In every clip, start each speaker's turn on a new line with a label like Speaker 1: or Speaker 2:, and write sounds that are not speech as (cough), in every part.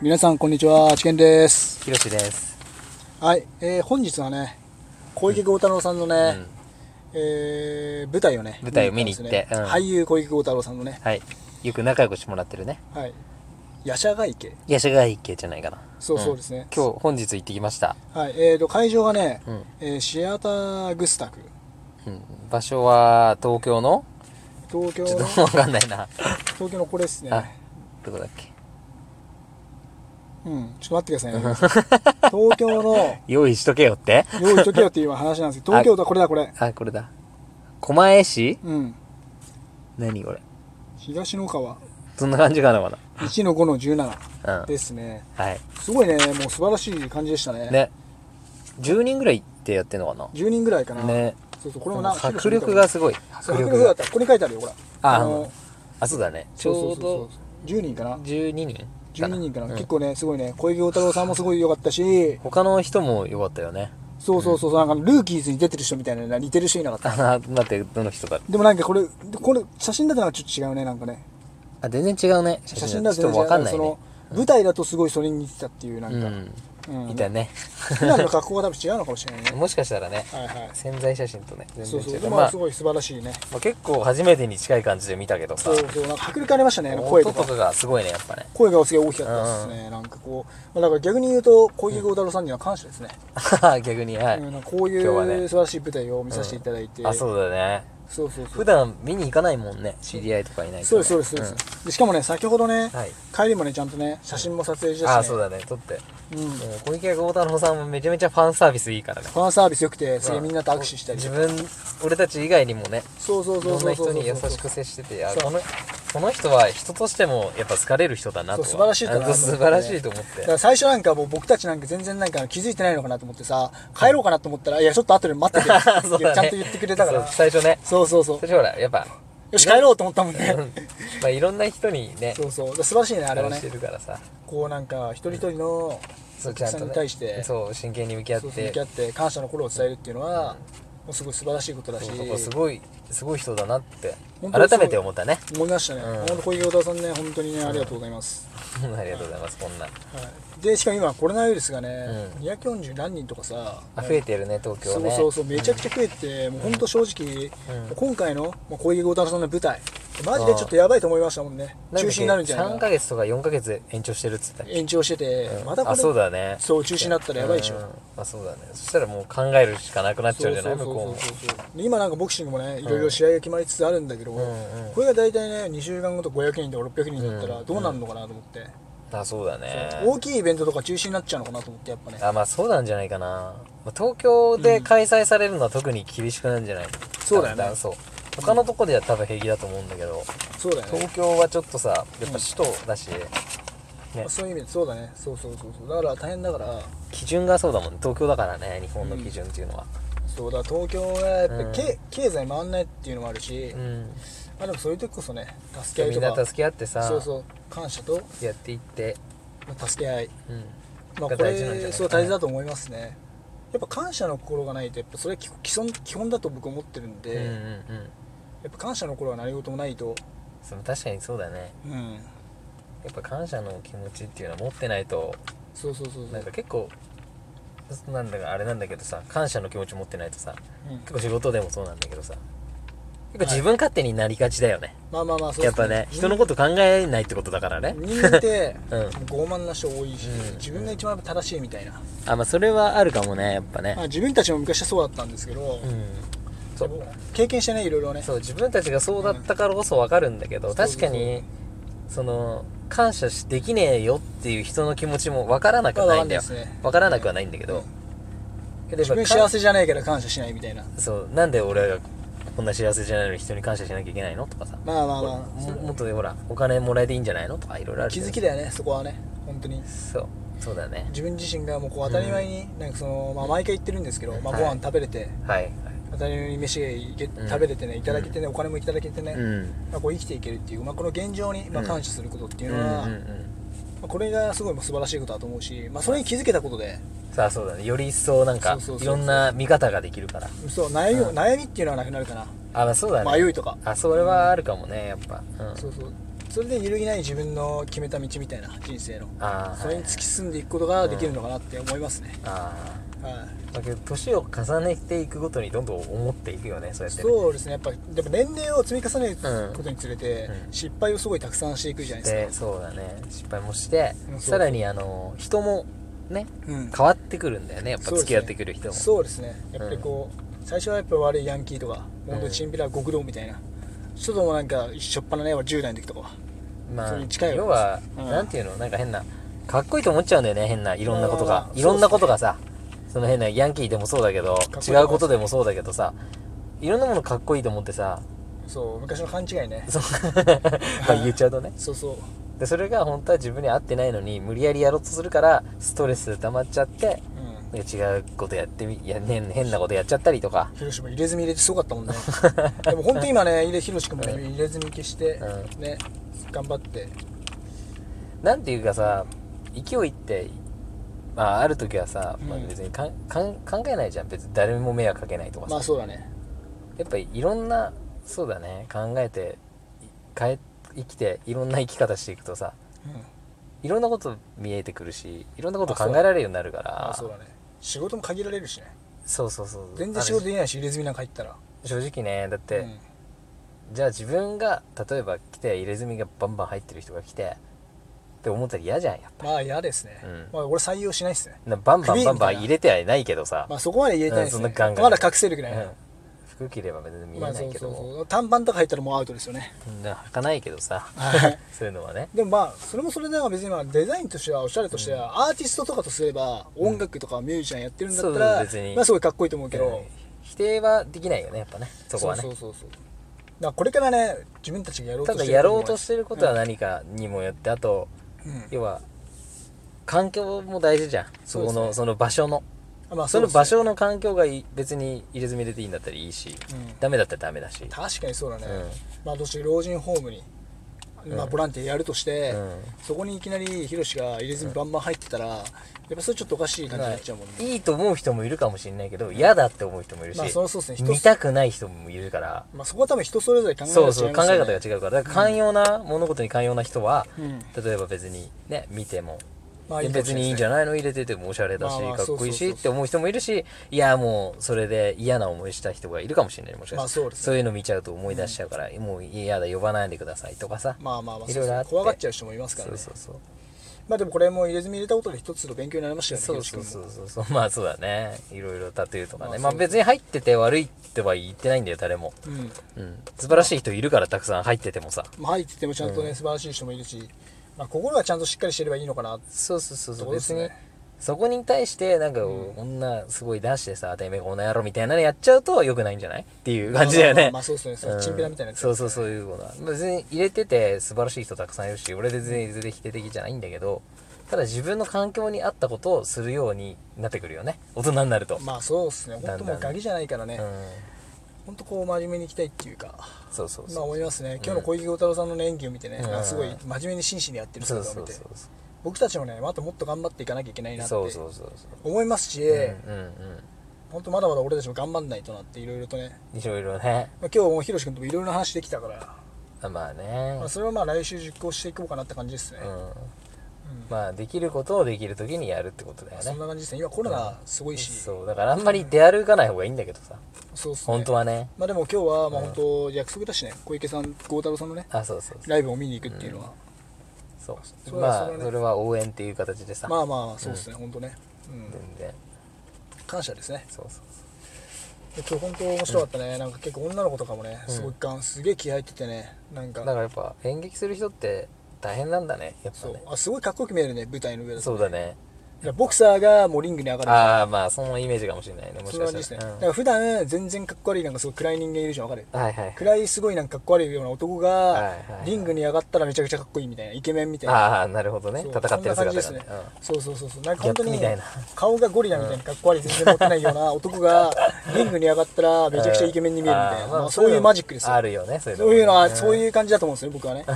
Speaker 1: 皆さんこんにちはちけんです
Speaker 2: ひろしです。
Speaker 1: はい、えー本日はね小池剛太郎さんのね、
Speaker 2: うん
Speaker 1: えー舞台をね
Speaker 2: 舞台を見に行って
Speaker 1: 見に行ったんですね
Speaker 2: う
Speaker 1: 俳優小池剛太郎さんのね
Speaker 2: はい。よく仲良くしてもらってるね。
Speaker 1: はい夜叉が池
Speaker 2: いや、社外系じゃないかな。。
Speaker 1: そうそうですすね、
Speaker 2: 今日、本日行ってきました。
Speaker 1: はいえー、と会場がね、
Speaker 2: うん
Speaker 1: えーシアターグスタク
Speaker 2: うん。場所は、東京の
Speaker 1: 東京
Speaker 2: ちょ
Speaker 1: の
Speaker 2: っともうわかんないな。
Speaker 1: 東京のこれです
Speaker 2: あ
Speaker 1: ね、
Speaker 2: どこだっけ。
Speaker 1: うん、ちょっと待ってくださいね東京の
Speaker 2: 用意しとけよって
Speaker 1: 用意しとけよっていう話なんですけど東京都はこれだこれ
Speaker 2: あ、これだ。狛江市
Speaker 1: うん
Speaker 2: 何これ。
Speaker 1: 東の川
Speaker 2: そんな感じかな、ま
Speaker 1: 1の5の17
Speaker 2: だ。うん。
Speaker 1: ですね
Speaker 2: はい。
Speaker 1: すごいねもう素晴らしい感じでしたね
Speaker 2: ね。10人ぐらいってやってんのか
Speaker 1: 10人ぐらいかな、
Speaker 2: な。ね。
Speaker 1: そうそうこれもな
Speaker 2: 迫力がすごい。
Speaker 1: そう迫
Speaker 2: 迫力
Speaker 1: 力だっ
Speaker 2: が。
Speaker 1: たここに書いてあるよほら
Speaker 2: あ
Speaker 1: の
Speaker 2: あ、そうだね。ち
Speaker 1: そう
Speaker 2: ょ
Speaker 1: そううそ
Speaker 2: ど
Speaker 1: うそう10人かな
Speaker 2: 12人
Speaker 1: 12人かな、
Speaker 2: うん
Speaker 1: 結構ねすごいね小池太郎さんもすごい良かったし
Speaker 2: 他の人も良かったよね。
Speaker 1: そうそうそうそうなんかルーキーズに出てる人みたいな似てる人いなかった
Speaker 2: あ待って、どの人だ
Speaker 1: でもなんかこれこれ写真だとなんかちょっと違うねなんかね
Speaker 2: あ、全然違うね。
Speaker 1: 写真だ
Speaker 2: ち
Speaker 1: と
Speaker 2: ょっ
Speaker 1: ね
Speaker 2: とわかんない
Speaker 1: そ
Speaker 2: ね
Speaker 1: の。舞台だとすごいそれに似てたっていうな
Speaker 2: うんん。
Speaker 1: か、うん
Speaker 2: いたね。 (laughs)
Speaker 1: 今の格好が多分違うのかもしれないね
Speaker 2: もしかしたらね、
Speaker 1: はいはい
Speaker 2: 潜在写真とね、
Speaker 1: そ
Speaker 2: 全
Speaker 1: うそう
Speaker 2: 然
Speaker 1: で
Speaker 2: 違う。
Speaker 1: も
Speaker 2: ま
Speaker 1: まあ
Speaker 2: あ
Speaker 1: す、ごい素晴らしいね
Speaker 2: まあ結構初めてに近い感じで見たけどさ
Speaker 1: そ、うそうなんか迫力ありましたね声と
Speaker 2: 音と
Speaker 1: か
Speaker 2: かがすごいね、やっぱね。
Speaker 1: 声がすげえ大きかったですね、なんかこう、まあ、だから逆に言うと小池剛太郎さんには感謝ですね、
Speaker 2: (laughs) 逆に、は
Speaker 1: うん
Speaker 2: い。
Speaker 1: なんかこういう
Speaker 2: 今日はね
Speaker 1: 素晴らしい舞台を見させていただいて、
Speaker 2: あ、
Speaker 1: そう
Speaker 2: そうだね。
Speaker 1: そうそう
Speaker 2: 普段見に行かないもんね。知り合いとかいない
Speaker 1: そう
Speaker 2: と
Speaker 1: で
Speaker 2: ね
Speaker 1: すそうですそうです、でしかもね先ほどね、
Speaker 2: はい
Speaker 1: 帰りもねちゃんとね写真も撮影し
Speaker 2: うん
Speaker 1: たし、ね
Speaker 2: あ、そうだね。撮って。
Speaker 1: うん、フ
Speaker 2: もう小池剛太郎さんもめちゃめちゃファンサービスいいからね。
Speaker 1: ァンサービス良くてすげえみんなと握手したり、
Speaker 2: 自分、俺たち以外にもね、
Speaker 1: そうそう
Speaker 2: い
Speaker 1: そう
Speaker 2: ろん
Speaker 1: そ
Speaker 2: な
Speaker 1: うそ
Speaker 2: 人
Speaker 1: う
Speaker 2: に優しく接しててあ
Speaker 1: そう
Speaker 2: このこの人は人としてもやっぱ好かれる人だなと
Speaker 1: そう素晴らしいと思う
Speaker 2: あの素晴らしいと思っ
Speaker 1: だ
Speaker 2: て (laughs)
Speaker 1: から最初なんかもう僕たちなんか全然なんか気づいてないのかなと思ってさ帰ろうかなと思ったらいやちょっと後で待ってて
Speaker 2: (laughs) そう
Speaker 1: いや
Speaker 2: だ
Speaker 1: ちゃん
Speaker 2: ね
Speaker 1: と言ってくれたから
Speaker 2: そう最初ね
Speaker 1: そうそうそう
Speaker 2: 最初ほらやっぱ
Speaker 1: よし帰ろうと思ったもんね
Speaker 2: うんまあいろんな人にね
Speaker 1: そうそう素晴らしいねあ
Speaker 2: あ
Speaker 1: れ
Speaker 2: れ
Speaker 1: は
Speaker 2: をして
Speaker 1: ね
Speaker 2: るからさ
Speaker 1: こうなんか一人一人の
Speaker 2: そう
Speaker 1: お客さんに対して
Speaker 2: そう真剣に向き合って
Speaker 1: そうそう向き合って感謝の心を伝えるっていうのは、もうすごい素晴らしいことだし
Speaker 2: そうそこすごいすごい人だなって
Speaker 1: 本当にそう
Speaker 2: 改めて思ったね (laughs)
Speaker 1: 思いましたね、
Speaker 2: うん
Speaker 1: 本当小池太郎さんね本当にねありがとうございます、
Speaker 2: ありがとうございますこんな
Speaker 1: はい、でしかも今コロナウイルスがね、
Speaker 2: うん
Speaker 1: 240何人とかさ
Speaker 2: あ増えてるね東京
Speaker 1: そう
Speaker 2: ね
Speaker 1: そうそうめちゃくちゃ増えて、もう本当正直、
Speaker 2: うん
Speaker 1: もう今回のもう小池太郎さんの舞台マジでちょっとやばいと思いましたもんね中止になるんじゃない
Speaker 2: 3
Speaker 1: か
Speaker 2: ヶ
Speaker 1: な
Speaker 2: 月とか4ヶ月延長してるっつってた
Speaker 1: 延長してて、またこれ
Speaker 2: あそうだね
Speaker 1: そう中止になったらやばいでしょ、
Speaker 2: うんあそうだねそしたらもう考えるしかなくなっちゃうんじゃない向こうも
Speaker 1: うそうで今なんかボクシングもねいろいろ試合が決まりつつあるんだけど、
Speaker 2: んうん
Speaker 1: これが大体ね2週間後と500人とか600人だったらどうなるのかなと思って、
Speaker 2: あそうだね
Speaker 1: 大きいイベントとか中止になっちゃうのかなと思ってやっぱね
Speaker 2: あまあそうなんじゃないかなまあ東京で開催されるのは特に厳しくなるんじゃない、
Speaker 1: そうだよね
Speaker 2: んんそう他のとこでは多分平気だと思うんだけど
Speaker 1: そうだよね
Speaker 2: 東京はちょっとさやっぱ首都だし、ね
Speaker 1: そういう意味でそうだねそうそうそうそうだから大変だから
Speaker 2: 基準がそうだもんね東京だからね日本の基準っていうのは
Speaker 1: そうだ東京がやっぱり、
Speaker 2: うん
Speaker 1: け経済回んないっていうのもあるし、
Speaker 2: うん、
Speaker 1: まあでもそういう時こそね助け合い
Speaker 2: みん
Speaker 1: と
Speaker 2: な
Speaker 1: か
Speaker 2: 助け合ってさ
Speaker 1: そうそう感謝と
Speaker 2: やっていって、
Speaker 1: まあ助け合い、
Speaker 2: うん、
Speaker 1: まあ、
Speaker 2: が
Speaker 1: これ
Speaker 2: 大事なんじゃない
Speaker 1: そう大事だと思いますね、やっぱ感謝の心がないとやっぱそれは基本基本基本だと僕思ってるんで、
Speaker 2: うんうん
Speaker 1: や
Speaker 2: うん
Speaker 1: っぱ感謝の心は何事もないと、
Speaker 2: その確かにそうだね
Speaker 1: うん、
Speaker 2: やっぱ感謝の気持ちっていうのは持ってないと
Speaker 1: そうそうそうそ
Speaker 2: なん
Speaker 1: う
Speaker 2: か結構なんだかあれなんだけどさ感謝の気持ち持ってないとさ
Speaker 1: うん
Speaker 2: 結構仕事でもそうなんだけどさ結構自分勝手になりがちだよね、
Speaker 1: まあまあまあそう
Speaker 2: や
Speaker 1: で
Speaker 2: っ
Speaker 1: す
Speaker 2: ぱね人のこと考えないってことだからね、
Speaker 1: 人間って、
Speaker 2: うん
Speaker 1: 傲慢な人多いし、
Speaker 2: うん
Speaker 1: 自分が一番正しいみたいな、
Speaker 2: (laughs) あまあそれはあるかもねやっぱね
Speaker 1: まあ、自分たちも昔はそうだったんですけど、
Speaker 2: うんそ
Speaker 1: で
Speaker 2: う
Speaker 1: も経験してねいろいろね
Speaker 2: そう自分たちがそうだったからこそ分かるんだけど、
Speaker 1: うん
Speaker 2: 確かにその感謝しできねえよっていう人の気持ちも分からなくはないんだよ
Speaker 1: まあ分かんないですね
Speaker 2: 分からなくはないんだけど、けどや
Speaker 1: 自
Speaker 2: っぱ
Speaker 1: 分幸せじゃないから感謝しないみたいな
Speaker 2: そうなんで俺がこんな幸せじゃないのに人に感謝しなきゃいけないのとかさ
Speaker 1: まあまあまあ
Speaker 2: ほ
Speaker 1: そ
Speaker 2: らも
Speaker 1: う
Speaker 2: もっとほらお金もらえていいんじゃないのとかいろいろある
Speaker 1: 気づき
Speaker 2: で
Speaker 1: だよねそこはね本当に
Speaker 2: そうそうだね
Speaker 1: 自分自身がもうこう当たり前に、なんかその、まあ、毎回言ってるんですけど、まあ、
Speaker 2: は
Speaker 1: ご
Speaker 2: い
Speaker 1: 飯食べれて
Speaker 2: はいはい
Speaker 1: 当たり前に飯がいけ
Speaker 2: うん
Speaker 1: 食べれてねいただけてね、お金もいただけてね、
Speaker 2: うん
Speaker 1: まあ、こう生きていけるっていう、まあ、この現状に、まあ、
Speaker 2: うん
Speaker 1: 感謝することっていう
Speaker 2: うんう
Speaker 1: のは、
Speaker 2: ん
Speaker 1: まあ、これがすごい素晴らしいことだと思うし、まあ、それに気づけたことで
Speaker 2: うんさあそうだねより一層なん
Speaker 1: そ
Speaker 2: か
Speaker 1: うそうそうそう
Speaker 2: いろんな見方ができるから
Speaker 1: そう悩み,、
Speaker 2: うん
Speaker 1: 悩みっていうのはなくなるかな、
Speaker 2: あまあそうだね
Speaker 1: 迷いとか
Speaker 2: あそれはあるかもねやっぱうん
Speaker 1: そうそうそれで揺るぎない自分の決めた道みたいな人生の
Speaker 2: ああ
Speaker 1: それに突き進んでいくことができるのかなって思いますね、
Speaker 2: あ
Speaker 1: はい
Speaker 2: あだけど年を重ねていくごとにどんどん思っていくよねそうやってね
Speaker 1: そうですねやっぱやっぱ年齢を積み重ねることにつれて、
Speaker 2: うん
Speaker 1: 失敗をすごいたくさんしていくじゃないで
Speaker 2: でそうだね失敗もして
Speaker 1: うんそうそう
Speaker 2: さらにあの人もね
Speaker 1: すか、うん、
Speaker 2: 変わってくるんだよねやっぱ
Speaker 1: そうですね
Speaker 2: 付き合ってくる人も
Speaker 1: そうですねやっぱりこう、最初はやっぱ悪いヤンキーとか
Speaker 2: うん
Speaker 1: 本当にチンピラ極道みたいな、人ともなんかしょっぱなね10代の時とかは
Speaker 2: ま
Speaker 1: そ
Speaker 2: あ
Speaker 1: れに近い
Speaker 2: 要
Speaker 1: わ
Speaker 2: は
Speaker 1: けですうん
Speaker 2: なんていうのなんか変なかっこいいと思っちゃうんだよね変ないろんなことが
Speaker 1: あー
Speaker 2: いろんなことがさその変なヤンキーでもそうだけど
Speaker 1: っこいい
Speaker 2: 違うことでもそうだけどさいろんなものかっこいいと思ってさ (laughs)
Speaker 1: そう昔の勘違いね
Speaker 2: そうまあ言っちゃうとね
Speaker 1: そうそう
Speaker 2: でそれが本当は自分に合ってないのに無理やりやろうとするからストレス溜まっちゃって
Speaker 1: うん
Speaker 2: で違うことやってみいや、ね、変なことやっちゃったりとか
Speaker 1: 広島入れ墨入れてすごかった
Speaker 2: (laughs)
Speaker 1: もんねでも本当に今ね入れ広島もね入れ墨消して、
Speaker 2: う
Speaker 1: ね頑張って
Speaker 2: なんていうかさ勢いって、まあ、ある時はさ、まあ、
Speaker 1: うん
Speaker 2: 別にかんかん考えないじゃん別に誰も迷惑かけないとかさ、
Speaker 1: まあそうだね
Speaker 2: やっぱりいろんなそうだね考えてい変え生きていろんな生き方していくとさ
Speaker 1: うん
Speaker 2: いろんなこと見えてくるしいろんなこと考えられるようになるか
Speaker 1: まあ
Speaker 2: ら
Speaker 1: そうだね仕事も限られるしね
Speaker 2: そうそうそう
Speaker 1: 全然仕事できないし入れ墨なんか入ったら
Speaker 2: あ正直ねだって、
Speaker 1: うん
Speaker 2: じゃあ自分が例えば来て入れ墨がバンバン入ってる人が来てって思ったら嫌じゃんやっぱ
Speaker 1: まあ嫌ですね、
Speaker 2: うん
Speaker 1: まあ俺採用しないっすね
Speaker 2: なバンバ
Speaker 1: ク
Speaker 2: ン
Speaker 1: ビみた
Speaker 2: バ
Speaker 1: いな
Speaker 2: ンバン入れてはいないけどさ、
Speaker 1: まあそこまで言えたいです
Speaker 2: うんそん
Speaker 1: ね
Speaker 2: なガンガン
Speaker 1: まだ覚醒力ない、
Speaker 2: うん服着れば別に見え
Speaker 1: ま
Speaker 2: な
Speaker 1: あ
Speaker 2: い
Speaker 1: そう
Speaker 2: け
Speaker 1: そ
Speaker 2: ど
Speaker 1: う
Speaker 2: も、
Speaker 1: そう短パンとか入ったらもうアウトですよ
Speaker 2: (laughs)
Speaker 1: ね
Speaker 2: うんな履かないけどさ
Speaker 1: はい
Speaker 2: そういうのはね
Speaker 1: でもまあそれもそれでは別にまあデザインとしてはおしゃれとしては、アーティストとかとすれば音楽とかミュージシャンやってるんだった
Speaker 2: そう
Speaker 1: ら、
Speaker 2: 別に
Speaker 1: まあすごいかっこいいと思うけど、
Speaker 2: うん否定はできないよねやっぱねそこはね
Speaker 1: そうそうそうそうだからこれからね自分たちがやろうと
Speaker 2: た
Speaker 1: して
Speaker 2: だ
Speaker 1: る
Speaker 2: やろうとしててることは何かにもよってあと
Speaker 1: うん
Speaker 2: 要は環境も大事じゃんそこ
Speaker 1: そ
Speaker 2: の
Speaker 1: う
Speaker 2: そ,、
Speaker 1: ですね
Speaker 2: の場所の
Speaker 1: あまあ
Speaker 2: そ
Speaker 1: そうで
Speaker 2: の
Speaker 1: すね
Speaker 2: 場所の環境がい別に入れ墨入れていいんだったらいいし、
Speaker 1: ん
Speaker 2: ダメだったらダメだし
Speaker 1: 確かにそうだね、
Speaker 2: うん
Speaker 1: まあどうして老人ホームに、まあ、ボランティアやるとして、
Speaker 2: うん
Speaker 1: そこにいきなりヒロシが入れ墨バンバン入ってたら、やっぱそれちょっとおかしい感じになっちゃうもんね、
Speaker 2: いいと思う人もいるかもしれないけど嫌だって思う人もいるし、
Speaker 1: まあそりゃそうですね人
Speaker 2: 見たくない人もいるから
Speaker 1: まあ、そこは多分人それぞれ考え方
Speaker 2: そ
Speaker 1: が違いま
Speaker 2: う
Speaker 1: す
Speaker 2: そ
Speaker 1: よ
Speaker 2: う
Speaker 1: ね
Speaker 2: 考え方が違うからだから寛容な、物事に寛容な人は、
Speaker 1: うん
Speaker 2: 例えば別にね見ても、
Speaker 1: まあいいかもしれない
Speaker 2: 別
Speaker 1: ですね
Speaker 2: にいいんじゃないの入れててもおしゃれだし、
Speaker 1: まあまあ
Speaker 2: かっこ
Speaker 1: そ
Speaker 2: いい
Speaker 1: うそうそう
Speaker 2: し
Speaker 1: そう
Speaker 2: って思う人もいるしいやもうそれで嫌な思いした人がいるかもしれないもしかしたら、
Speaker 1: まあそうですね
Speaker 2: いうの見ちゃうと思い出しちゃうから、もう嫌だ呼ばないでくださいとかさ、
Speaker 1: まあまあまあ
Speaker 2: いろいろあって
Speaker 1: 怖がっちゃう人もいますから
Speaker 2: そ
Speaker 1: ね
Speaker 2: うそうそう
Speaker 1: まあでもこれも入れ墨入れたことで一つの勉強になりましたよね
Speaker 2: そうそう
Speaker 1: ヒ
Speaker 2: そ
Speaker 1: ロ
Speaker 2: う
Speaker 1: シ君も
Speaker 2: そうそうまあそうだねいろいろタトゥーとかね、
Speaker 1: まあ
Speaker 2: まあ
Speaker 1: そう
Speaker 2: 別に入ってて悪いっては言ってないんだよ誰も、
Speaker 1: うん
Speaker 2: うん、素晴らしい人いるからたくさん入っててもさ
Speaker 1: まあ入っててもちゃんとね、素晴らしい人もいるし、まあ、心がちゃんとしっかりしてればいいのかな
Speaker 2: そうそうそうそう
Speaker 1: そうです
Speaker 2: 別
Speaker 1: ね
Speaker 2: にそこに対してなんか、女すごい出してさてめえこの野郎みたいなのやっちゃうとよくないんじゃないっていう感じだよ
Speaker 1: まあま
Speaker 2: ね
Speaker 1: あまあそうですねそうんチンピラみたいなやつ
Speaker 2: そうそうそういうことは別に入れてて素晴らしい人たくさんいるし俺別に全然否定的じゃないんだけどただ自分の環境に合ったことをするようになってくるよね大人になると、
Speaker 1: まあそうですね
Speaker 2: だ
Speaker 1: 本
Speaker 2: んだ
Speaker 1: 当
Speaker 2: ん
Speaker 1: もうガキじゃないからね、
Speaker 2: うん
Speaker 1: 本当こう真面目にいきたいっていうか
Speaker 2: そうそう
Speaker 1: まあ
Speaker 2: そう、
Speaker 1: 思いますね今日の小池五太郎さんの演技を見てね、
Speaker 2: うん
Speaker 1: あすごい真面目に真摯にやってる
Speaker 2: そ
Speaker 1: 姿
Speaker 2: う
Speaker 1: を見て
Speaker 2: そうそうそう
Speaker 1: 僕たちもねまたもっと頑張っていかなきゃいけないなって
Speaker 2: そうそうそうそう
Speaker 1: 思いますし、
Speaker 2: うんうん
Speaker 1: 本当まだまだ俺たちも頑張んないとなっていろいろとね、
Speaker 2: うんいろいろね
Speaker 1: まあ、今日もひろし君ともいろいろな話できたから、
Speaker 2: まあね
Speaker 1: まあ、それはまあ来週実行していこうかなって感じですね、
Speaker 2: うん
Speaker 1: うん
Speaker 2: まあできることをできる時にやるってことだよね
Speaker 1: そんな感じですね今コロナすごいし、そう
Speaker 2: そうだからあんまり出歩かない方がいいんだけどさ
Speaker 1: そうっすね
Speaker 2: 本当はね
Speaker 1: まあでも今日はまあ本当約束だしね小池さん孝太郎さんのね
Speaker 2: あそうそうそう
Speaker 1: ライブを見に行くっていうのは、
Speaker 2: そう
Speaker 1: それは
Speaker 2: まあ
Speaker 1: それはね
Speaker 2: それは応援っていう形でさ
Speaker 1: まあまあそうですね、本当ね、うん、
Speaker 2: 全然
Speaker 1: 感謝ですね
Speaker 2: そうそうそ
Speaker 1: で今日本当面白かったね、なんか結構女の子とかもねすごいガンすげえ気合入っててねなんか
Speaker 2: うだからやっぱ演劇する人って大変なんだねやっぱ
Speaker 1: そう
Speaker 2: ね
Speaker 1: あすごいかっこよく見えるね舞台の上だと
Speaker 2: そうだね
Speaker 1: だからボクサーがもうリングに上がる
Speaker 2: ああまあそのイメージかもしれないねも
Speaker 1: そ
Speaker 2: し
Speaker 1: んな
Speaker 2: か
Speaker 1: 感じです
Speaker 2: し
Speaker 1: ね、
Speaker 2: たら
Speaker 1: だから普段全然かっこ悪いなんかすごい暗い人間いるじゃんわかる
Speaker 2: うんはいはい
Speaker 1: 暗いすごいなんかかっこ悪いような男が、
Speaker 2: いはいはい
Speaker 1: リングに上がったらめちゃくちゃかっこいいみたいなイケメンみたいな
Speaker 2: ああなるほどね
Speaker 1: そう
Speaker 2: 戦ってる
Speaker 1: そんな感じ
Speaker 2: 姿
Speaker 1: で
Speaker 2: が
Speaker 1: す
Speaker 2: ね
Speaker 1: ねそうそうそうそうなんか本当
Speaker 2: ギャッ
Speaker 1: に
Speaker 2: プみたいな
Speaker 1: 顔がゴリラみたいにかっこ悪い全然持ってないような男がリングに上がったら
Speaker 2: うん
Speaker 1: めちゃくちゃイケメンに見えるみたいな、
Speaker 2: あー
Speaker 1: ま
Speaker 2: ま
Speaker 1: あ、
Speaker 2: あ
Speaker 1: そういうマジックですよ
Speaker 2: あるよねそういう
Speaker 1: そういうのは、そう
Speaker 2: う
Speaker 1: いう感じだと思うんですよね僕はね、うん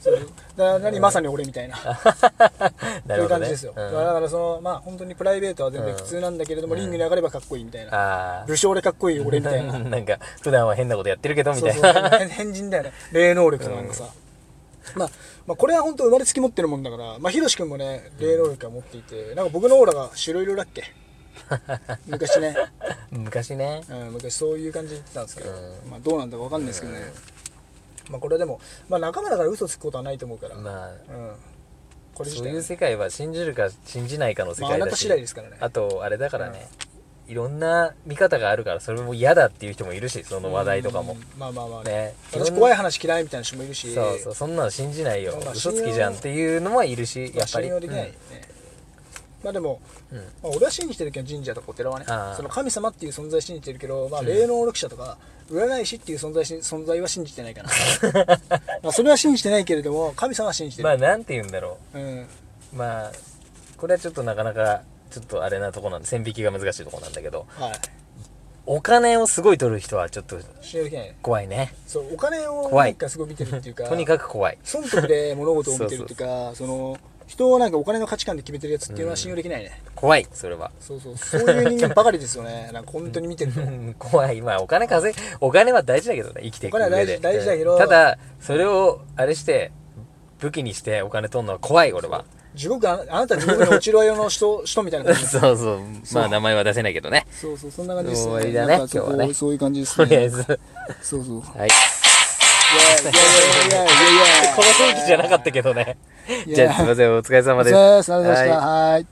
Speaker 1: そうだから何まさに俺みたいな
Speaker 2: な
Speaker 1: そうい
Speaker 2: る
Speaker 1: う
Speaker 2: ほど
Speaker 1: 感
Speaker 2: ね
Speaker 1: じですよ、
Speaker 2: うん
Speaker 1: だからそのまあ本当にプライベートは全然普通なんだけれども、リングに上がればかっこいいみたいな
Speaker 2: ああ
Speaker 1: 武将でかっこいい俺みたいな
Speaker 2: なんか普段は変なことやってるけどみ
Speaker 1: そう
Speaker 2: た
Speaker 1: (laughs)
Speaker 2: い
Speaker 1: そう
Speaker 2: な
Speaker 1: 変変人だよね霊能力とかなんかさ、まあ、まあこれは本当生まれつき持ってるもんだから、まあ、ひろし君もね霊能力は持っていて、なんか僕のオーラが白色だっ
Speaker 2: (laughs)
Speaker 1: け昔ね、
Speaker 2: 昔ね
Speaker 1: うん、昔そういう感じで言ってたんですけど、まあ、どうなんだかわかんないですけどね、まあ、これでも、まあ、仲間だから嘘つくことはないと思うから、
Speaker 2: ま
Speaker 1: う
Speaker 2: あ
Speaker 1: ん、これ自
Speaker 2: そう
Speaker 1: 体
Speaker 2: いう世界は信じるか信じないかの世
Speaker 1: まあ、あ
Speaker 2: 界
Speaker 1: な
Speaker 2: だ
Speaker 1: た
Speaker 2: し、
Speaker 1: 次第ですからね
Speaker 2: あとあれだからね、いろんな見方があるからそれも嫌だっていう人もいるしその話題とかも
Speaker 1: う、んまあまあまあね
Speaker 2: ね
Speaker 1: 私怖い
Speaker 2: い
Speaker 1: 話嫌いみたいな人もいるし
Speaker 2: そうそうそんなの信じないよ
Speaker 1: なんか
Speaker 2: 嘘つきじゃんっていうのもいるし
Speaker 1: まあ
Speaker 2: やっぱ
Speaker 1: 信
Speaker 2: り、
Speaker 1: 用できない、ねまあでも、
Speaker 2: うん
Speaker 1: まあ、俺は信じてるけど神社とかお寺はね
Speaker 2: ああ
Speaker 1: その神様っていう存在信じてるけど、まあ、霊能力者とか占い師っていう存在し存在は信じてないか
Speaker 2: (laughs)
Speaker 1: なまあそれは信じてないけれども神様は信じて
Speaker 2: まあ
Speaker 1: る、
Speaker 2: なんて言うんだろ
Speaker 1: うん、
Speaker 2: うまあこれはちょっとなかなかちょっとあれなとこなんで線引きが難しいとこなんだけど
Speaker 1: はい
Speaker 2: お金をすごい取る人はちょっと
Speaker 1: 信用できない
Speaker 2: 怖いね
Speaker 1: そうお金を
Speaker 2: 怖
Speaker 1: ないんかすごい見てるっていうか
Speaker 2: (laughs) とにかく怖い
Speaker 1: 損得で物事を見てるっていう
Speaker 2: (laughs)
Speaker 1: かその人をなんかお金の価値観で決めてるやつっていうのは信用できないね、
Speaker 2: 怖いそれは
Speaker 1: そうそうそういう人間ばかりですよねなんか本当に見てると
Speaker 2: うん怖いまあお金稼いお金は大事だけどね生きていく上で
Speaker 1: お金は大事大事だけど
Speaker 2: うんただそれをあれして武器にしてお金取るのは怖い俺は
Speaker 1: 地獄あ (laughs) あなた地獄に落ちるよの人人みたいな感じ
Speaker 2: そうそうまあ名前は出せないけどね
Speaker 1: そうそうそんな感じです
Speaker 2: 終わ
Speaker 1: ね
Speaker 2: りだね
Speaker 1: なんかそこ
Speaker 2: 今日はね
Speaker 1: そういう感じです
Speaker 2: とりあ
Speaker 1: ね
Speaker 2: えず
Speaker 1: そう
Speaker 2: (laughs)
Speaker 1: そう
Speaker 2: はい
Speaker 1: いやいやいやいやいやいや
Speaker 2: この雰囲気じゃなかったけどね
Speaker 1: いや
Speaker 2: じゃあすいませんお疲れ様です
Speaker 1: お疲れ様でした
Speaker 2: はい
Speaker 1: はい